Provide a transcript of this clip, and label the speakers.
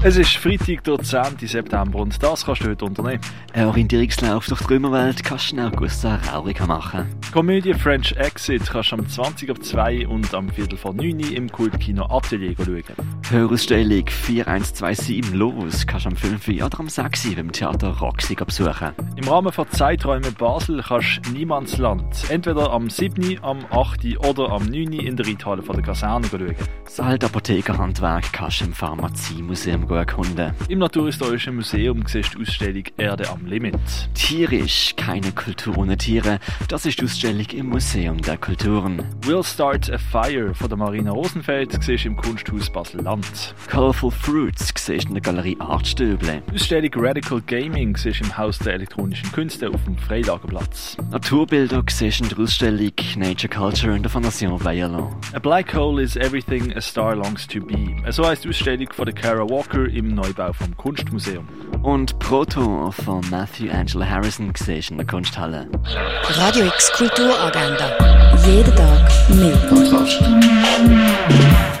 Speaker 1: Es ist Freitag, der 10. September und das kannst du heute unternehmen.
Speaker 2: Ein Orientierungslauf durch die Römerwelt kannst du in Augusta Raurica machen.
Speaker 1: Komödie French Exit kannst du am 20 ab 2 und am Viertel vor 9 Uhr im Kultkino Atelier schauen.
Speaker 2: Hörausstellung 4127 Los kannst du am 5 Uhr oder am 6 Uhr im Theater Roxy besuchen.
Speaker 1: Im Rahmen von Zeiträumen Basel kannst du Niemandsland entweder am 7., am 8. oder am 9. in der Reithalle von der Kaserne schauen.
Speaker 2: Das alte Apothekerhandwerk kannst du im Pharmaziemuseum Erkunden.
Speaker 1: Im Naturhistorischen Museum siehst du die Ausstellung Erde am Limit.
Speaker 2: Tierisch, keine Kultur ohne Tiere. Das ist die Ausstellung im Museum der Kulturen.
Speaker 1: We'll Start a Fire von der Marina Rosenfeld siehst du im Kunsthaus Basel-Land.
Speaker 2: Colorful Fruits siehst du in der Galerie Artstöble.
Speaker 1: Die Ausstellung Radical Gaming siehst du im Haus der elektronischen Künste auf dem Freilagerplatz.
Speaker 2: Naturbilder siehst du in der Ausstellung Nature Culture in der Fondation Bayerlo.
Speaker 1: A Black Hole is Everything a Star Longs to Be. So heißt die Ausstellung von der Kara Walker im Neubau vom Kunstmuseum.
Speaker 2: Und Proto von Matthew Angela Harrison gesehen in der Kunsthalle.
Speaker 3: Radio X Kulturagenda. Jeden Tag mehr.